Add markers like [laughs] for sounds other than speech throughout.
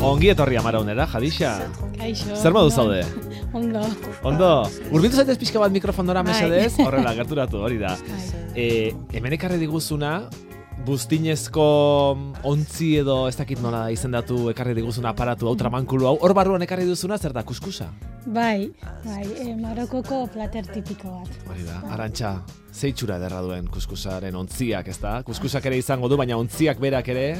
Ongi etorri amaraunera, Jadixa. Kaixo. Zer modu zaude? Ondo. Ondo, urbildu zaitez pixka bat mikrofonora Bai. mesedez, [laughs] horrela, gerturatu, hori da. E, hemen ekarri diguzuna, buztinezko ontzi edo ez dakit nola izendatu ekarri diguzun aparatu hau tramankulu hau, hor barruan ekarri duzuna, zer da, kuskusa? Bai, bai, e, Marokoko plater tipiko bat. Hori da, arantxa, zeitxura derra duen kuskusaren ontziak, ez da? Kuskusak ere izango du, baina ontziak berak ere,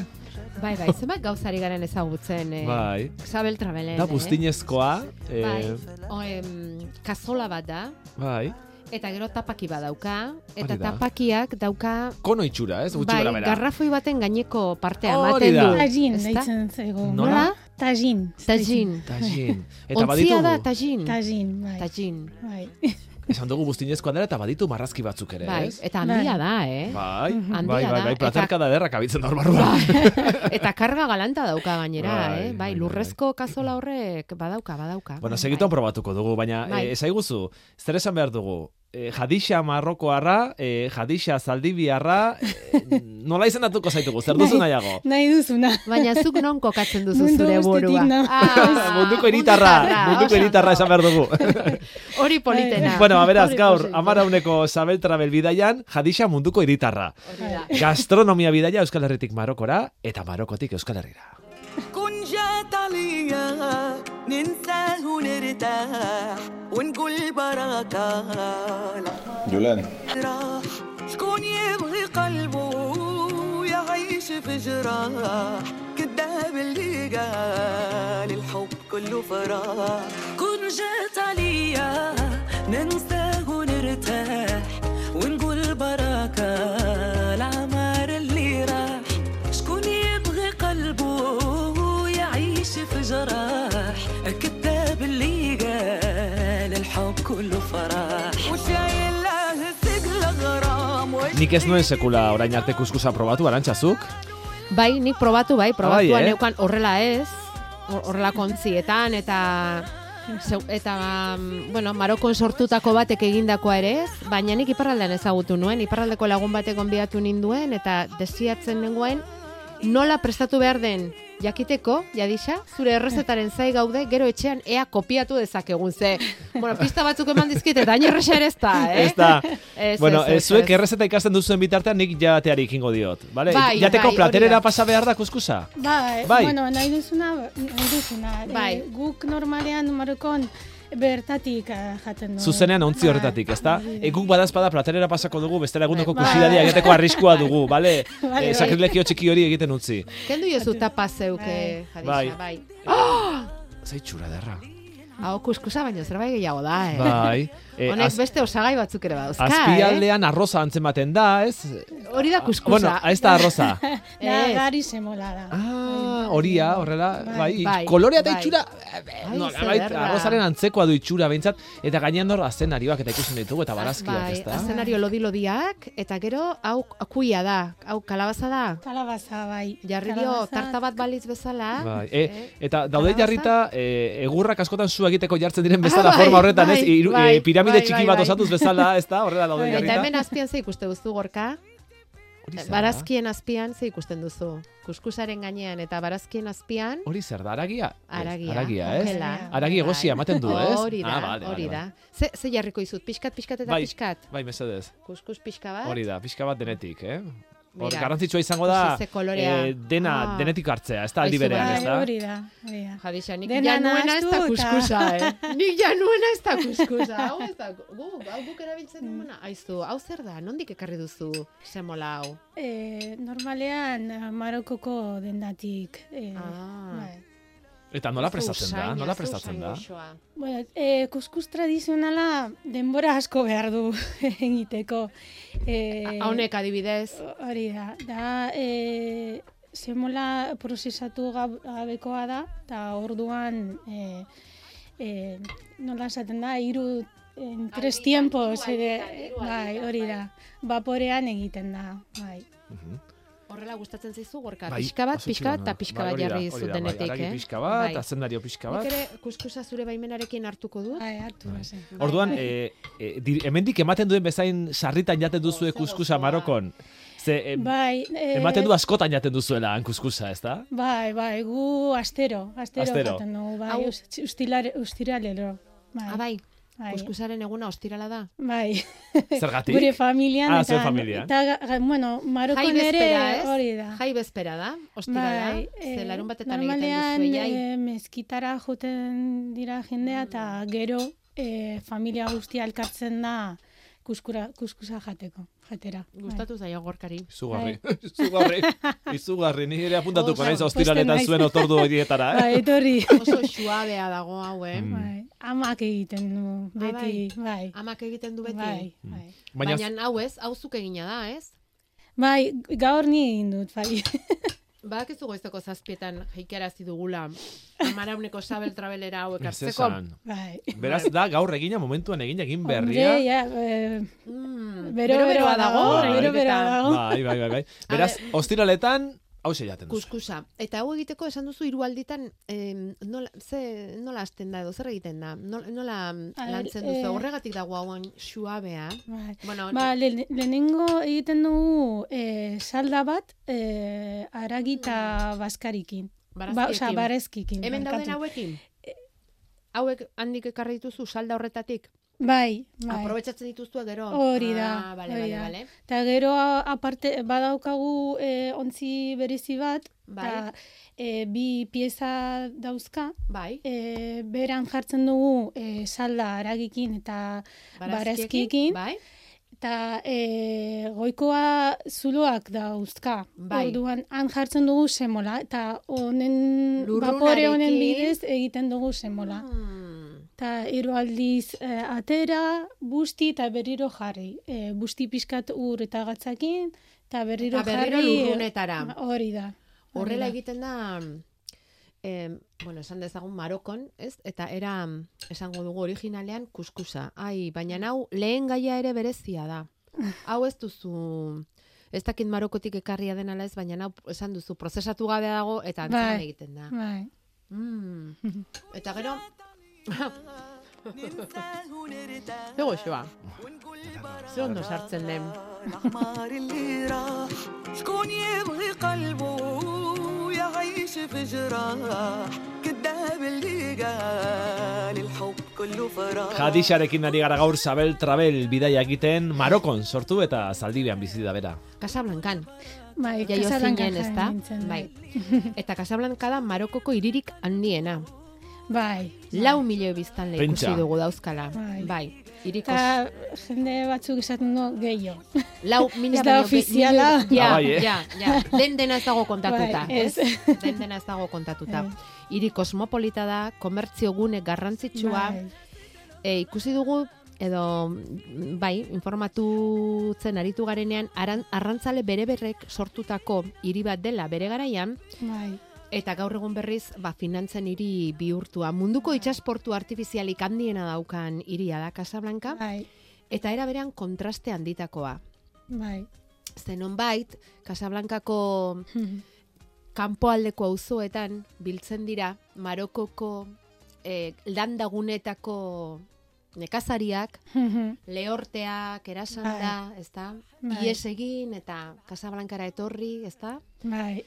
Bai, bai, zenbat gauzari garen ezagutzen. Eh? bai. Xabel Trabelen. Da buztinezkoa, Eh? e, Bai, o, em, kazola bat da, bai. eta gero tapaki bat dauka, eta Hori da. tapakiak dauka Kono itxura, ez? Gutxi bai, gora bera. garrafoi baten gaineko partea Hori ematen da. du. Tajin ezta? deitzen zego. Nola? Tajin. Tajin. Tajin. Eta Bai. Ontzia baditu, da, tajin. Tajin, bai. Tajin. Bai. [laughs] esan dugu buztinezkoa dela eta baditu marrazki batzuk ere, Bai, ez? eta handia da, eh? Bai, Handia bai, bai, da, bai, eta- Bai. platerka da derrak abitzen da hor barruan. Eta karga galanta dauka gainera, Bai, eh? bai, Bai, bai. lurrezko kazola horrek badauka, badauka. Bueno, Bai, segituan bai. probatuko dugu, baina Bai. eh, esaiguzu, zer esan behar dugu? Eh, jadixa marrokoarra, eh, jadixa zaldibiarra, [laughs] eh, nola izendatuko zaitugu, zer duzu Bai. nahiago? Nahi duzuna. Baina zuk non kokatzen duzu Mundu zure guztitik burua. nau. Ah, Eh, munduko iritarra, munduko oso iritarra ondo. esan behar dugu. [laughs] Hori [laughs] politena. Bai. bueno, beraz, Hori gaur, politena. amarauneko sabeltrabel bidaian, jadixa munduko iritarra. Hori da. Gastronomia bidaia Euskal Herritik Marokora eta Marokotik Euskal Herrira. كنجات عليا ننساه ونرتاح ونقول بركة لا جولان راح شكون يبغي قلبه يعيش في جراح كداب اللي قال الحب كله فراح كنجات عليا ننساه ونرتاح ونقول بركة العمار اللي راح شكون يبغي قلبه يعيش في جراح الكذاب اللي قال الحب كله فرح وشايل له ثقل غرام Nik ez nuen sekula orain arte kuskusa probatu, arantzazuk? Bai, nik probatu, bai, probatua Bai, eh? neukan horrela ez, hor- horrela kontzietan, eta zeu- eta, mm, bueno, Marokon sortutako batek egindakoa ere ez, baina nik iparraldean ezagutu nuen, iparraldeko lagun batek onbiatu ninduen, eta desiatzen nengoen, nola prestatu behar den jakiteko, jadisa, zure errezetaren zai gaude, gero etxean ea kopiatu dezakegun, ze, bueno, pista batzuk eman dizkit, eta hain erresa ere ez da, eh? Ez da. Ez, bueno, ez, ez, zuek ez. errezeta ikasten duzuen bitartean nik jateari ekingo diot. Vale? Bai, Jateko bai, platerera hori da. pasa behar da kuskusa. Bai, Bai. bueno, nahi duzuna, nahi duzuna. Bai. Eh, guk normalean Marokon bertatik eh, jaten dugu. Zuzenean ontzi Bai. horretatik, ezta? E, guk badazpada platerera pasako dugu, bestela eguneko Bai. kusidadia egiteko arriskua dugu, [laughs] bale? Eh, Bai, bai. sakrilekio txiki hori egiten utzi. Kendu jozu tapa zeuk, eh, Bai. Jadisa, bai. Zaitxura derra. Hau kuskusa baino zerbait gehiago da, eh? Bai. Eh, Honek az- beste osagai batzuk ere badauzka, eh? azpialdean arroza antzematen da, ez? Hori da kuskusa. Ah, Bueno, eh, ez da arroza. Da, Ez. gari semola da. Ah, horia, horrela, bai, Bai, bai, kolorea eta bai. itxura, Ai, no, ze bai, berba. arrozaren antzekoa du itxura behintzat, eta gainean hor azenarioak eta ikusten ditugu eta barazkiak, bai, ez da? azenario lodi-lodiak, eta gero, hau akuia da, hau kalabaza da. Kalabaza, bai. Jarri dio, Kalabaza. tarta bat balitz bezala. Bai, e, eh, eta daude kalabaza. jarrita e, egurrak askotan zu egiteko jartzen diren bezala Ah, [laughs] bai, forma horretan, ez? bai, Hiru- bai, e, piramide bai, txiki bai, bat bai. osatuz bezala, ez da? Horrela daude Bai, Eta jarrita. hemen azpian ze ikuste duzu gorka, Hori zer da? barazkien azpian ze ikusten duzu. Kuskusaren gainean eta barazkien azpian Hori zer da, aragia? Ez, Aragia. Aragia, ez? okela. Bai. Aragi egosia ematen du, ez? Hori da, Ah, bale, bale, hori bale. da. Ze, ze jarriko izut, pixkat, pixkat eta Bai. pixkat. Bai, mesedez. Kuskus pixka bat. Hori da, pixka bat denetik, eh? Hor, Berak. garrantzitsua izango da Ikusi ze kolorea. eh, dena Ah. denetik hartzea, ez da aldi Aizu, berean, ez Bai, da? hori da, hori da. Jadisa, nik Dena ja nuena ez da nahastu eta- kuskusa, [laughs] eh? Nik ja nuena ez da kuskusa. Hau ez da, gu, hau guk erabiltzen duguna. Aizu, hau zer da, nondik ekarri duzu semola hau? Eh, normalean eh, Marokoko dendatik. Eh, Ah. bai. Eta nola prestatzen da? Nola prestatzen da? Bueno, eh, kuskus tradizionala denbora asko behar du [laughs] egiteko. Eh, Haunek adibidez, Hori da, da eh, semola prozesatu gab- gabekoa da, eta orduan eh, eh, nola esaten da, hiru en tres Alditan, tiempos, hiru ere, alditan, hiru bai, alditan, hori bai. da, vaporean egiten da, bai. horrela gustatzen zaizu gorka. Bai, pixka bat, oso pixka bat, txukuna. eta pixka Bai, bat hori da, jarri hori dizu da, bai, denetik, Aragi eh? pixka bat, Bai. azendario pixka Nik bat. ere kuskusa zure baimenarekin hartuko dut. Bai, hartu zen. Bai. Orduan, eh, eh, di- hemendik ematen duen bezain sarritan jaten duzue Gozo, kuskusa gozoa. Marokon. Ze, em, Bai, e, ematen du askotan jaten duzuela eh, hankuskusa, ez da? Bai, bai, gu astero, astero, Astero. jaten dugu, bai, Hau- ust- ustilare- ustiralero. Bai, Abai, bai, Ah, kuskusaren eguna ostirala da. [laughs] bai. Zergatik? Gure familian Ah, eta, zuen familian. eta ga- ga- bueno, Jai Marokon ere bezpera, ez? hori da. Jai bezpera da, ostirala. eh, Ze larun batetan egiten normalean, duzu jai. eh, mezkitara joten dira jendea eta gero eh, familia guztia elkartzen da kuskura, kuskusa jateko, jatera. bai. Gustatu zaio [coughs] gorkari. Izugarri, [laughs] izugarri, izugarri, ni ere apuntatuko Bai. Oso, naiz pozten ostiraletan naiz. zuen otordu horietara, eh? Bai, [laughs] etorri. Oso suabea dago hau, eh? Mm. Bai, amak egiten du beti, bai. Amak egiten du Ah, beti. Bai, bai. Baina, Baina hau ez, hau zuk egina da, ez? Bai, gaur ni egin dut, [laughs] bai. Badak ez goizteko zazpietan jaikarazi dugula. Amarauneko sabel trabelera hau ez ekartzeko. esan. bai. Beraz, da gaur egina, momentuan egin egin berria. Hombre, ja, eh, Mm, bero beroa dago, Bai. bero beroa dago. Bai, bai, bai, bai. Beraz, ostiraletan, hause jaten duzu. Kuskusa. Eta hau egiteko esan duzu hiru alditan em, nola, ze, nola hasten da edo zer egiten da? Nola, nola A lantzen ber, duzu? eh, Horregatik dago hauan suabea. Bai. Bueno, Ba, le, lehenengo egiten dugu eh, salda bat eh, aragi eta baskarikin. Ba, oza, barazkiekin. barezkikin. Hemen dauden barkatu. hauekin? Hauek handik ekarri dituzu salda horretatik? Bai, bai. Aprobetxatzen dituzue gero? Hori da, Ah, bale, hori bale, da. bale. Eta gero a- aparte, badaukagu eh, ontzi berezi bat, Bai. eta eh, bi pieza dauzka, Bai, e, beran jartzen dugu e, salda aragikin eta barazkikin, Bai, eta e, goikoa zuloak dauzka. Bai. Orduan han jartzen dugu semola eta honen Lurrunarekin. vapore honen bidez egiten dugu semola. Hmm. Eta hiru aldiz e, atera, busti eta berriro jarri. E, busti pixkat ur eta gatzakin eta berriro, Eta berriro jarri. e, lurrunetara. Hori da. hori Horrela da. egiten da, eh, bueno, esan dezagun Marokon, ez? Eta era, esango dugu originalean, kuskusa. Ai, baina hau lehen gaia ere berezia da. Hau ez duzu, ez dakit Marokotik ekarria den ala ez, baina hau esan duzu, prozesatu gabea dago eta antzeman Bai. egiten da. Bai. Mm. Eta gero, ننساه ونرتاح zegoixoa. ونقول برا Ze ondo sartzen den. الحمار اللي راح شكون يبغي قلبه يعيش في جراح كذاب اللي قال الحب كله فراغ Jadixarekin ari gara gaur Sabel Trabel bidaia egiten Marokon sortu eta zaldibean bizi da bera. Casablancan. Bai, jaio Casablancan zinen, ez da? jaio nintzen, Bai. Eta Casablanca da Marokoko hiririk handiena. Bai. Lau milioi biztanle ikusi Pentsa. dugu dauzkala. Bai. Bai, hiriko Eta jende batzuk esaten du gehiago. lau mila Ez da baino ge- ofiziala. milioi- Ja, Ah, bai, eh? ja, ja. Den dena ez dago kontatuta. Bai, ez. Den dena ez dago kontatuta. Eh. Hiri kosmopolita da, komertzio gune garrantzitsua. Bai. E, ikusi dugu, edo, mm, bai, informatu zen aritu garenean, aran, arrantzale bere berrek sortutako hiri bat dela bere garaian, Bai. Eta gaur egun berriz, ba, finantzen hiri bihurtua. Munduko itxasportu artifizialik handiena daukan hiria da Casablanca, Bai. eta era berean kontraste handitakoa. Bai. Zenon bait, Casablancako kanpoaldeko auzoetan biltzen dira Marokoko eh, landagunetako nekazariak, lehorteak, erasanda, ezta? Bai. Ies egin eta Casablancara etorri, ezta? Bai.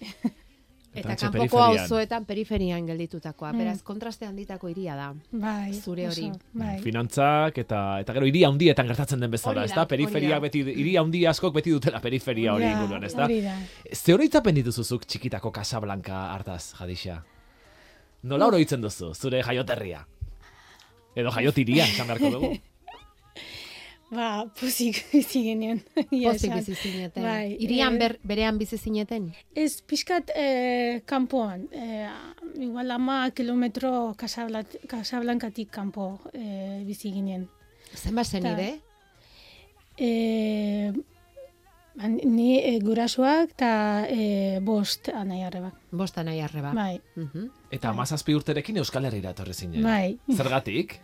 Eta etxe kanpoko periferian. auzoetan periferian gelditutakoa. Mm. Beraz, kontraste handitako hiria da. Bai. Zure hori. Oso, Bai. Finantzak eta eta gero hiri handietan gertatzen den bezala, Hori ez da, da? hori da. Periferiak beti hiri handi askok beti dutela periferia hori Ja, inguruan, ez da? Hori da. Ze oroitzapen dituzuzuk txikitako Casablanca hartaz, Jadixa? Nola oroitzen duzu, zure jaioterria? Edo jaiotiria, esan beharko [laughs] dugu. Ba, pozik bizi [laughs] genien. egia Pozik esan. bizi zineten. Bai, Irian eh, ber, berean bizi zineten. Ez pixkat eh, kanpoan. Eh, igual ama kilometro Casablat- Casablancatik kanpo eh, bizi ginen. Zenbat zen Ta- ere? Eh, ba, ni eh, gurasoak eta eh, bost anai arrebak. Bosta nahi arreba. Bai. Mhm. Eta amazazpi urterekin Euskal Herrira etorri zinen. Bai. Zergatik?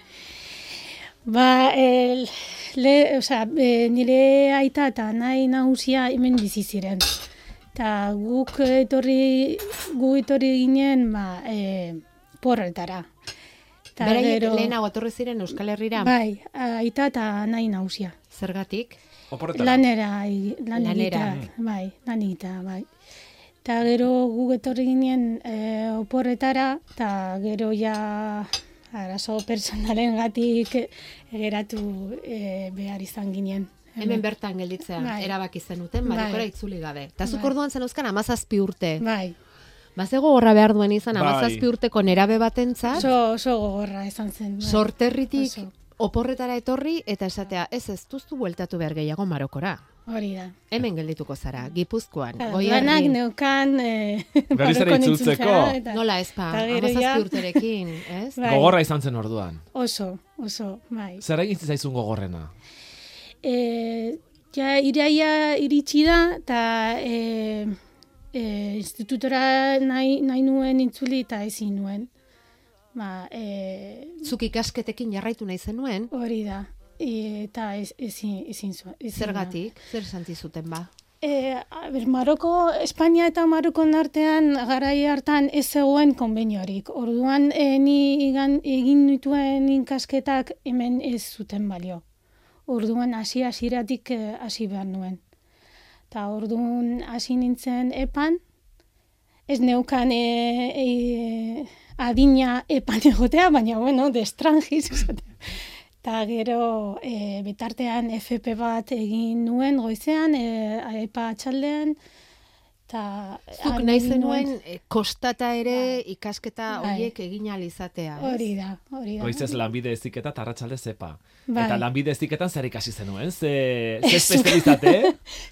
Ba, el, le, osea, e, nire aita eta nahi nagusia hemen bizi ziren. Eta guk etorri, gu etorri ginen, ba, e, porretara. Ta Beraiek lehenago etorri ziren Euskal Herrira. Bai, aita eta Bai, nahi nagusia. Zergatik? Oporretara. Lanera, i- lan Lanera. egitea, Mm. bai, lan egitea, bai. Eta gero gu etorri ginen e, oporretara, eta gero ja arazo personalen gatik e, geratu e, behar izan ginen. Hemen bertan gelditzea Bai. erabaki zenuten, Bai. marokora itzuli gabe. Eta zuk Bai. orduan zen euskan amazazpi urte. Bai, Bazego horra behar duen izan, Bai. amazazpi urteko nerabe batentzat, oso, oso Bai. gogorra izan zen. Bai. sorterritik Oso. oporretara etorri eta esatea, ez ez duztu bueltatu behar gehiago marokora. Hori da. Hemen geldituko zara, Gipuzkoan, Eta goiarri, Lanak neukan... E, Berriz [laughs] ere barruko itzultzeko. nintzultzea eta- nola ez pa, Eta gero amazazpi ja- [laughs] urterekin, ez? Bai. Gogorra izan zen orduan. Oso, oso, bai. Zer egin zitzaizun gogorrena? E, ja, iraia iritsi da, eta e, e, institutora nahi, nahi nuen intzuli eta ezin nuen. Ba, e, Zuk ikasketekin jarraitu nahi zenuen, hori da. E, eta ez, ezin, ezin zuen. ezin zergatik, zer santizuten ba? da. E, a ber, Maroko, Espainia eta Marokon artean garai hartan ez zegoen konbeniorik. Orduan e, ni igan, egin nituen inkasketak hemen ez zuten balio. Orduan hasi hasieratik eh, hasi behar nuen. Ta orduan hasi nintzen epan, ez neukan e, e, adina epan egotea, baina bueno, destrangiz [laughs] esatea. Eta gero e, bitartean FP bat egin nuen goizean, e, epa atxaldean, eta... Zuk nahi zenuen eh, kostata ere ikasketa Bai. horiek egin ahal izatea. ez? Hori da, hori da. Goizez lanbide eziketa eta arratsalde zepa. Bai. Eta lanbide eziketan zer ikasi zenuen? Ze, ze [laughs] espezialitate?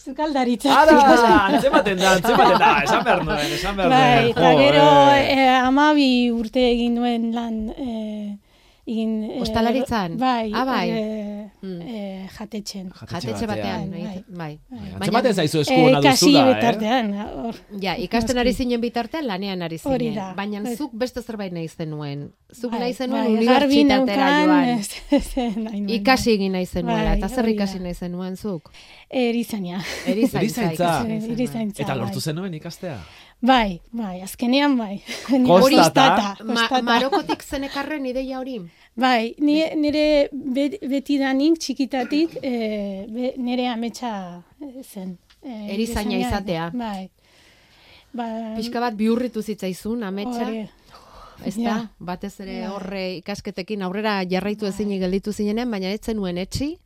Zukaldaritza. Ara! Antzematen da, antzematen da! Esan behar nuen, esan behar nuen. Bai, eta Jo, gero eh. eh, amabi urte egin nuen lan eh, egin... eh, Ostalaritzan? Bai, Ah, bai. eh, Mm. eh, jatetxen. Jatetxe batean, Bai, egiten- bai. Bai, Baina- Antzematen zaizu eskuona kasi duzula, eh? betartean, hor. Ja, ikasten Noski. ari zinen bitartean lanean ari zinen. Hori da. Bai. Baina Hori. zuk beste zerbait nahi zenuen. Zuk nahi zenuen garbi unibertsitatera Bai, neukan, [laughs] joan. ez- ez- ez nahi nuen. Ikasi egin nahi zenuela, Bai, eta zer hori da. ikasi nahi zenuen zuk? Erizaina. Erizaintza. Erizaintza [laughs] ikasi nahi zenuen. Erizaintza. Eta lortu bai. zenuen ikastea. Bai, bai, azkenean bai. [laughs] Ni- Kostata. Ma kostata. Marokotik zenekarren ideia hori? Bai, ni- nire be- beti danik txikitatik e, be, nire ametsa eh, zen. Eh, Erizaina izatea. Bai. Ba, Pixka bat biurritu zitzaizun, ametsa, hori. ez da? Ja. Batez ere Ja. horre ikasketekin aurrera jarraitu ezinik gelditu zinenean, baina ez zenuen etxi.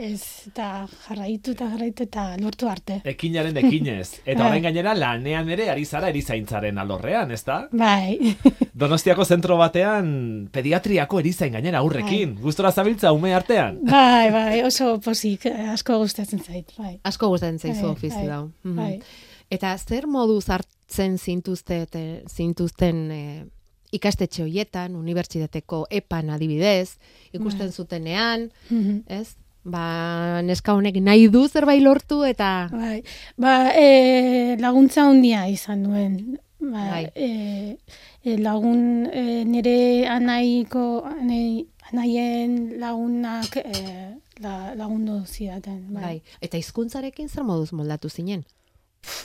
Ez, eta jarraitu eta jarraitu eta lortu arte. Ekinaren ekinez. Eta Bai. orain gainera lanean ere ari zara erizaintzaren alorrean, ez da? Bai, [laughs] Donostiako zentro batean pediatriako erizain gainera aurrekin. Gustora zabiltza ume artean. bai, bai, oso pozik, eh, asko gustatzen zait, bai. [laughs] Asko gustatzen zaizu Bai, ofizio bai, hau. Mhm. bai. Eta zer moduz hartzen zintuzte, te- zintuzten eh, ikastetxe hoietan, unibertsitateko epan adibidez, ikusten Bai. zutenean, Mhm. ez? Ba, neska honek nahi du zerbait lortu eta Bai, ba, e, laguntza handia izan duen. Ba, Bai. e, e, lagun e, nire anaiko, anai, anaien lagunak e, la, lagundu zidaten. bai. Bai. eta hizkuntzarekin zer moduz moldatu zinen?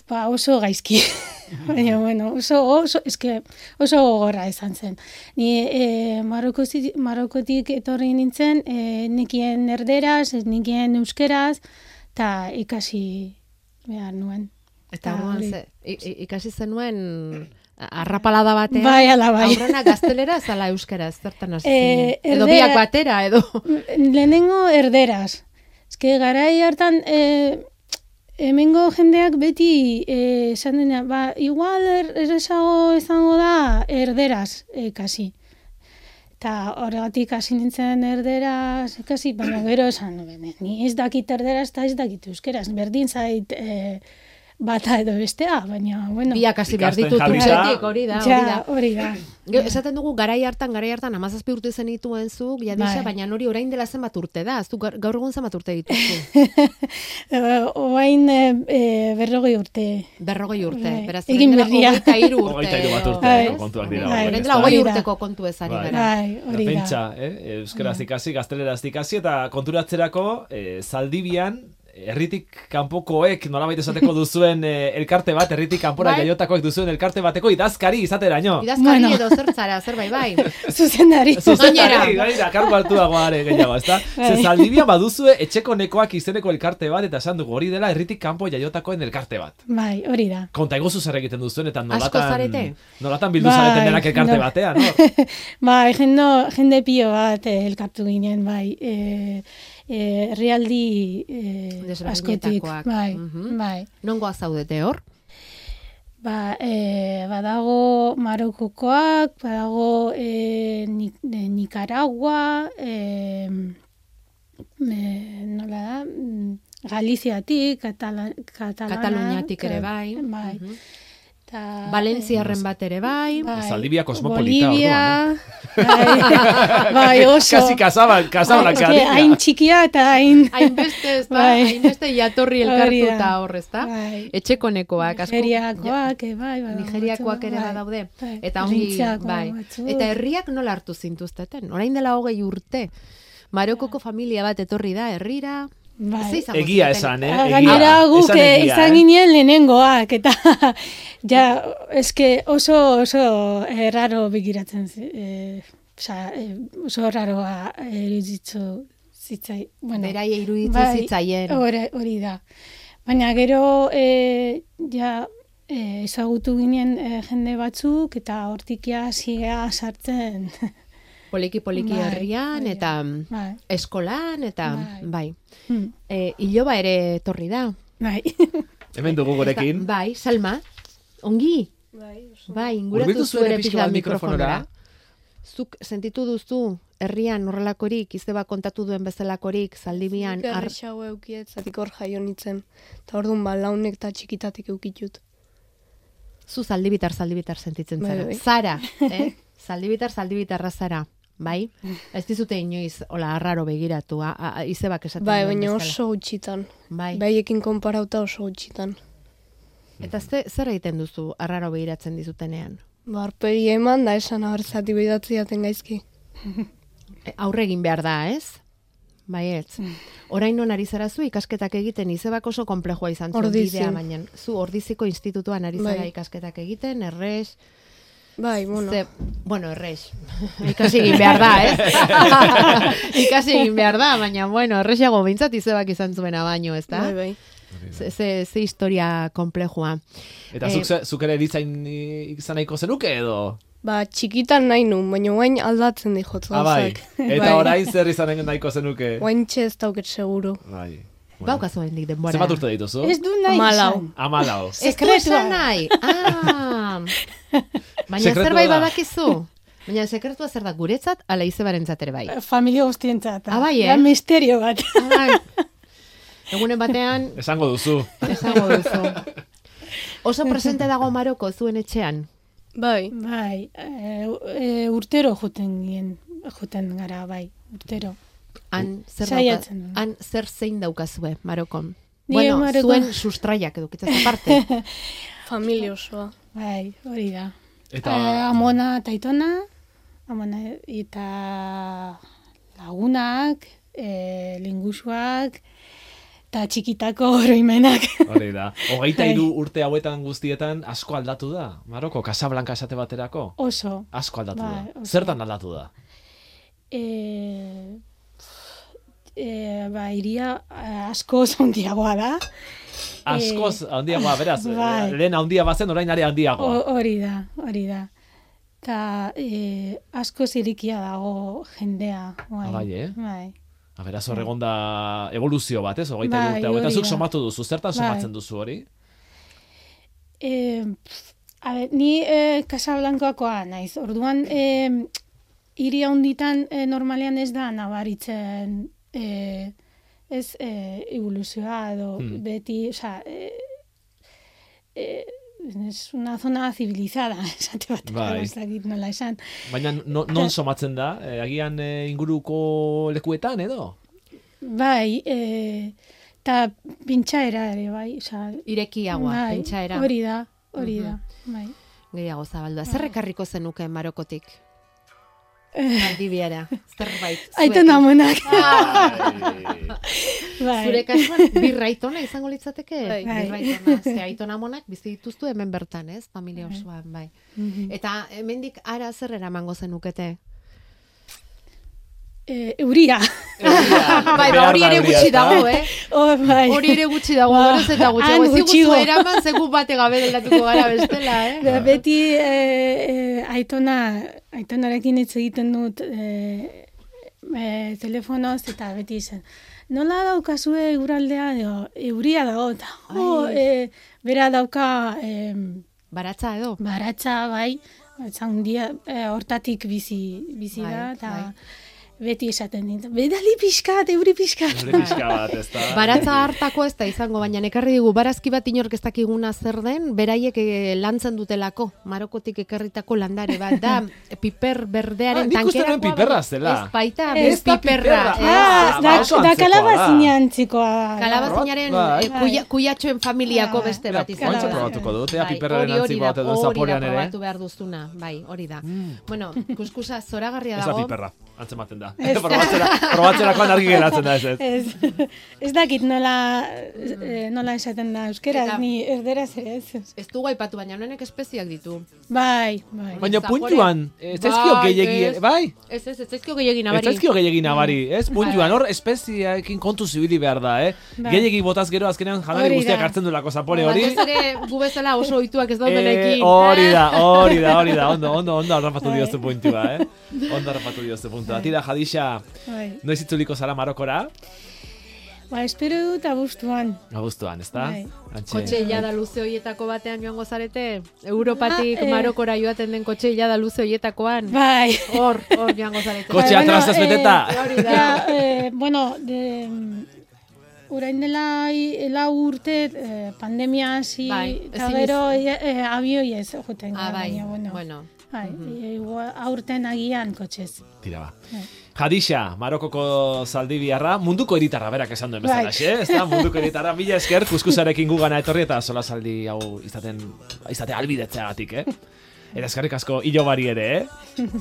Ba, oso [laughs] gaizki. Baina, bueno, oso, oso, eske, oso gogorra izan zen. Ni e, Marokozi- Marokotik etorri nintzen, e, nikien erderaz, ez nikien euskeraz, eta ikasi behar nuen. Eta Ah, orduan hori. ze, i- i- ikasi zenuen arrapalada batean. Bai, ala bai. Aurrena gaztelera zala euskara, zertan hasi Eh, zinen? Edo erdera- biak batera, edo. Lehenengo erderaz. Eske garai hartan e, hemengo jendeak beti eh, esan dena, ba, igual er, errezago izango da erderaz eh, kasi. Eta horregatik hasi nintzen erderaz ikasi, baina gero esan nuen, eh, ni ez dakit erderaz eta ez dakit euskeraz, berdin zait eh, bata edo bestea, baina, bueno. Biak hasi behar Ikasten ditut jarri da. urtetik, hori da, hori da. Ja, hori da. [laughs] Gero, esaten dugu garai hartan, garai hartan, amazazpi urte zen dituen zuk, jadisa, Bai. baina hori orain dela zenbat urte da, ez du gaur gaur egun zenbat urte [laughs] dituzu, Eh, Oain e, berrogei urte berrogei urte, Bai. beraz, Egin orain berria. dela hogeita hiru urte. Hogeita hiru bat edo- urte Bai. kontuak dira. Bai. hauek, Orain ez dela da? hogei Hori da. urteko kontu ez ari Bai. gara. Bai. Bai, hori da. Pentsa, eh? euskaraz ikasi, gazteleraz ikasi eta konturatzerako eh, zaldibian herritik kanpokoek nolabait [laughs] esateko duzuen eh, elkarte bat, herritik kanpora Bai. jaiotakoek duzuen elkarte bateko idazkari izateraino. Idazkari Bai. Bueno. edo zertzara, zerbait [laughs] bai. Zuzendari. Gainera. [laughs] Zuzendari, gainera, kargu altuagoa are gehiago, [laughs] ezta? Ze Bai. zaldibian baduzue etxeko nekoak izeneko elkarte bat, eta esan dugu hori dela herritik kanpo jaiotakoen elkarte bat. Bai, hori da. Konta iguzu zer egiten duzuen, eta Asko nolatan, zarete. nolatan bildu Bai, zareten denak elkarte no. batean, no? [laughs] Bai, jende, jende pio bat eh, elkartu ginen, bai. Eh, eh, herrialdi eh, askotik. Desberdinetakoak. Bai, Mhm. bai. Nongoa zaudete hor? Ba, e, badago Marokokoak, badago e, Ni, e, Nicaragua, e, e, nola da, Mm, Galiziatik, Katala, Katalana, Kataluniatik ere bai. bai. Mhm. Ta, Valentziarren bat ere bai. e, bai. Zaldibia kosmopolita Bolivia, bai, [laughs] bai, oso. Kasi kasabal, kasabal, Bai, eske Hain txikia eta hain... Hainbeste ez da, Bai. hainbeste jatorri Hori da. elkartuta hor, ez da? Bai. Etxekonekoak, asko. Nigeriakoak, e, bai, bai, Nigeriakoak batzuk, ere bai. badaude. Bai, Eta ongi, printziako bai. batzuk. Eta herriak nola hartu zintuzteten? Orain dela hogei urte. Marokoko familia bat etorri da herrira. Bai. Ze izango Egia zuten? esan, eh? Ah, Egia. Gainera guk Esan eh, egia, izan eh? ginen lehenengoak, eta [laughs] ja, eske oso oso erraro begiratzen, zi- eh, oza, eh, oso erraroa eruditzu zitzai. Bueno, bai, Beraie iruditzen zitzaien. Hori, hori da. Baina gero eh, ja, eh, ezagutu ginen eh, jende batzuk eta hortikia zigea sartzen. Poliki poliki Bai, herrian bai. eta bai. eskolan eta Bai. bai. Mm, E, iloba ere etorri da. [laughs] bai. Hemen dugu gorekin. Eta- Bai, Salma. Ongi. Bai, inguratu Hurbildu zuen zuen epizan pixka bat mikrofonora. mikrofonora. Zuk sentitu duzu herrian horrelakorik, izeba kontatu duen bezalakorik, zaldibian, Nik ar... errexago eukiet, zatik hor jaio nintzen. Eta orduan ba, launek eta txikitatik eukitut. zu zaldibitar, zaldibitar sentitzen Bai, zara. bai. [laughs] Zara, eh? zaldibitar, zaldibitarra zara. Bai? Ez dizute inoiz, hola, arraro begiratu, a, a, izebak esaten Bai, duen baina bezala. oso gutxitan. Bai. Baiekin konparauta oso gutxitan. Eta ze, zer egiten duzu arraro begiratzen dizutenean? Ba, arpegi eman da esan abertzati behidatzi daten gaizki. E, Aurre egin behar da, ez? Baietz. Hmm. Orain non ari zara zu ikasketak egiten izebak oso konplejua izan zuen Ordizin. bidea, baina zu ordiziko institutuan ari zara Bai. ikasketak egiten, errez, Bai, bueno. Ze, bueno, errex. [laughs] Ikasi egin behar da, [laughs] ez? Ikasi egin behar da, baina, bueno, errexago behintzat izebak izan zuena baino, ez da? Bai, bai. Ze, ze, ze historia komplejua. Eta ba, Eh, zuk, ze- zuk ere erizain eh, izan nahiko zenuke edo? Ba, txikitan nahi nun, baina guain aldatzen di jotzu. Ah, [laughs] bai. Eta orain zer izan nahiko zenuke? Bai. Guain txe ez dauket seguru. Bai. Baukazu hendik denbora. Zenbat urte dituzu? Ez du nahi Hamalau. izan. Amalau. Ez du Sekretua esan da. nahi. [laughs] Ah. Baina Sekretua zerbait da. badakizu. Baina sekretua zer da guretzat, ala izebarentzat ere bai. Familia guztientzat. Ah, bai, eh? Da misterio bat. Ah, bai. [laughs] Egunen batean, Esango duzu. esango duzu. Oso presente dago Maroko zuen etxean. Bai, Bai, e, e, urtero joten gien, joten gara, bai, urtero. Han zer, dauka, Saiatzen. han zer zein daukazue Marokon? Ni bueno, Marokon- zuen sustraiak edukitzaz [laughs] aparte. familia osoa. Bai, hori da. Eta- Eh, amona eta aitona, amona eta lagunak, e, lingusuak, eta txikitako [laughs] oroimenak. Hori da. Hogeita hiru urte hauetan guztietan asko aldatu da. Maroko, Casablanca esate baterako. Oso. Asko aldatu Bai, da. oso. Zertan aldatu da? E, e, ba, iria eh, asko zondiagoa da. Askoz handiagoa, beraz, Eh. bai. eh, lehen handia bazen, orain are handiagoa. O- Hori da, hori da. Eta e, asko zirikia dago jendea. Bai, Ah, bai, eh? Bai. A, beraz, hor egon da evoluzio bat, ez? Hogeita hiru Bai, urte hauetan hori zuk da. somatu duzu. Zertan Bai. somatzen duzu hori? E, pff, a ber, ni e, Casablancakoa naiz. Orduan, e, hiri handitan e, normalean ez da nabaritzen e, ez e, evoluzioa edo Hmm. beti, osea, e, e, es una zona civilizada, [laughs] esate Bai. batean, ez dakit nola esan. Baina no- non somatzen da? Eh, agian eh, inguruko lekuetan edo? Bai, eta pintxaera ere, bai. Osa, Irekiagoa, bai, pentsaera. Hori Ah. da, hori da, bai. Mhm. Gehiago zabaldua. Zer ekarriko zenuke Marokotik? Aldibiara, [laughs] zerbait. Aiten Eh. amonak. Zure Bai. kasuan, birraitona izango litzateke? Bai. Birraitona, ze aitona monak bizi dituztu hemen bertan, ez? Familia osoan, bai. Mhm. Eta hemendik ara zer eramango zenukete? E, euria. bai, ba, hori ere gutxi dago, [laughs] eh? Oh, bai. Hori ere gutxi dago, Ba, goroz eta gutxi. han Ez diguzu gutxiago. eraman, zegu bate gabe delatuko gara bestela, eh? Ba, beti e, e, aitona, aitonarekin hitz egiten dut e, e, telefonoz eta beti zen. Nola daukazue euraldea, dio, euria dago, eta jo, e, bera dauka e, Baratza edo? baratza bai, baratza hundia, e, hortatik bizi, bizi Bai, da, eta beti esaten dit, bedali pixkat, euri pixkat. pixka bat, ez da. Baratza hartako ez da izango, baina ekarri digu barazki bat inork ez dakiguna zer den, beraiek eh, lantzen dutelako, Marokotik ekarritako landare bat [laughs] da, Ah, piper berdearen nik uste tankerakoa nuen piperra baino- zela. Ez baita, Ez ez da piperra. piperra. eh? ez. Ah, [laughs] Ah, da, ba, oso antzekoa da da. kalabazina antzikoa. da. Kalabazinaren Bai. eh, kuia- kuiatxoen familiako beste Mira, bat izan. guantxe da. probatuko dut, ea Bai, piperraren hori, hori antzikoa da, ote duen zaporean Hori da ere. Mm. probatu behar duztuna, bai, hori da. Bueno, kuskusa zoragarria Ez da dago. piperra, antzematen da. [laughs] Probatzera, probatzerakoan argi geratzen da, ez ez. Ez, [laughs] ez dakit nola, eh, nola esaten da euskera, Eta- ni erderaz ere ez. Ez dugu aipatu, baina honenek espeziak ditu. Bai, bai. Baina puntuan, ez zaizkio Bai, gehiagi, ez. bai? Ez ez, ez zaizkio gehiagi Ez nabari. zaizkio gehiagi nabari, ez? Puntuan, hor espeziaekin kontu zibili behar da, eh? Bai. Gehiagi botaz gero azkenean janari Hori da. Bai, guztiak hartzen dulako zapore hori. Batez ere, gu bezala oso ohituak ez Ah, Eh, daudenekin. hori da, hori da, hori da, ondo, ondo, ondo harrapatu diozu puntua, eh? Ondo harrapatu diozu puntua. Tira, Jadixa, Bai. noiz itzuliko zara Marokora? Ba, espero dut abuztuan. Abuztuan, ez da? Bai. Antxe. Kotxe jada luze hoietako batean joango zarete, Europatik Ah, eh. Marokora joaten den kotxe jada luze hoietakoan. Bai. Hor, hor joango zarete. Kotxe Bai, atrasaz bueno, beteta. eh, Hori da. ja, eh, bueno, de, Urain dela i- lau urte eh, pandemia hasi Bai, eta ezin gero eh, abioi ez joten gara, Ah, bai, baina, bueno. bueno. Bai, eh, igual aurten agian kotxez. Tira ba. Jadixa, Marokoko zaldibiarra, munduko eritarra berak esan duen bezala, Bai. xe? Ez da, munduko eritarra, mila esker, kuskusarekin gugana etorri eta sola zaldi hau izaten, izate albidetzeagatik, eh? Eta eskerrik asko ilobari ere, eh?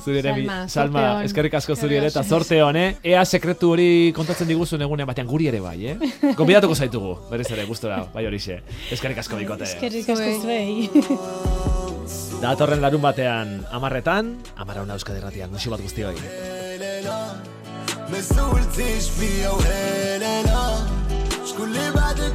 Zuri ere, mi- Salma, Salma zorte on. eskerrik asko zuri ere, eta sorte hon, eh? Ea sekretu hori kontatzen diguzun egunean batean guri ere bai, eh? Gombidatuko zaitugu, berez ere, gustora, bai horixe. Eskerrik asko bikote. Eskerrik asko zuei. Datorren larun batean, amarretan, amarauna euskadi ratian, musu bat guztioi. ما سولتش فيا وهلا لا شكون اللي بعدك